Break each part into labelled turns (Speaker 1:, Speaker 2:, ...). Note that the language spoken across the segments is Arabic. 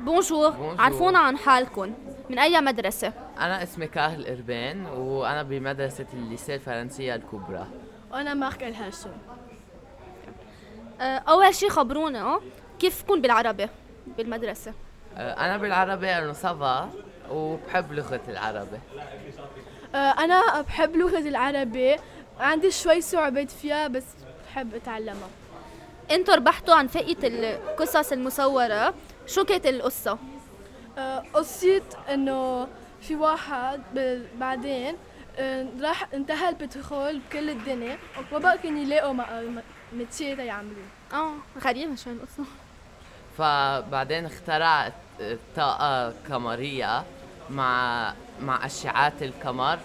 Speaker 1: بونجور
Speaker 2: Bonjour.
Speaker 1: عرفونا عن حالكم من أي مدرسة
Speaker 2: أنا اسمي كاهل إربان وأنا بمدرسة الليسيه الفرنسية الكبرى
Speaker 3: أنا مارك الهاشم
Speaker 1: أه، أول شي خبرونا آه، كيفكم بالعربي بالمدرسة
Speaker 2: أه، أنا بالعربي أنه سافا وبحب لغة العربي
Speaker 3: آه، أنا بحب لغة العربي عندي شوي صعوبات فيها بس بحب أتعلمها
Speaker 1: انتوا ربحتوا عن فئة القصص المصورة شو كانت القصة؟
Speaker 3: آه، قصيت إنه في واحد بال- بعدين آه، راح انتهى البترول بكل الدنيا وبقى كان يلاقوا م- متشي يعملوه
Speaker 1: اه غريبة شوي القصة
Speaker 2: فبعدين اخترعت طاقة قمرية مع مع أشعات القمر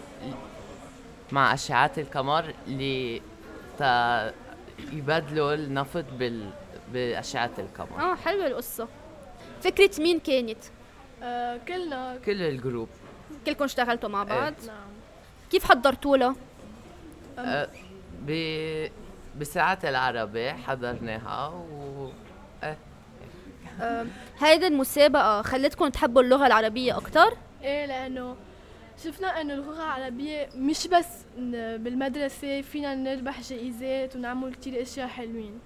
Speaker 2: مع أشعات القمر ل تا- يبدلوا النفط بال بأشعة القمر
Speaker 1: اه حلوة القصة فكرة مين كانت؟
Speaker 3: آه، كلنا
Speaker 2: كل الجروب
Speaker 1: كلكم اشتغلتوا مع بعض؟
Speaker 3: نعم
Speaker 1: كيف حضرتوا له؟
Speaker 2: أه، ب بساعات العربي حضرناها و أه،
Speaker 1: هيدي المسابقة خلتكم تحبوا اللغة العربية أكتر؟
Speaker 3: ايه لانه شفنا انه اللغه العربيه مش بس ن- بالمدرسه فينا نربح جائزات ونعمل كتير اشياء حلوين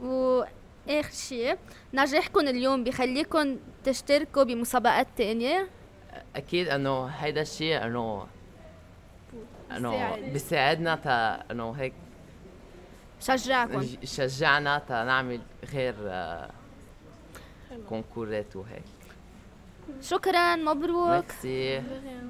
Speaker 1: وآخر شي نجاحكم اليوم بخليكم تشتركوا بمسابقات تانية
Speaker 2: أكيد إنه هيدا الشيء إنه إنه
Speaker 3: بيساعد.
Speaker 2: بيساعدنا تا إنه هيك
Speaker 1: شجعكم
Speaker 2: شجعنا تا نعمل غير آه، كونكورات وهيك
Speaker 1: شكرا مبروك
Speaker 2: ميرسي
Speaker 3: دغيا.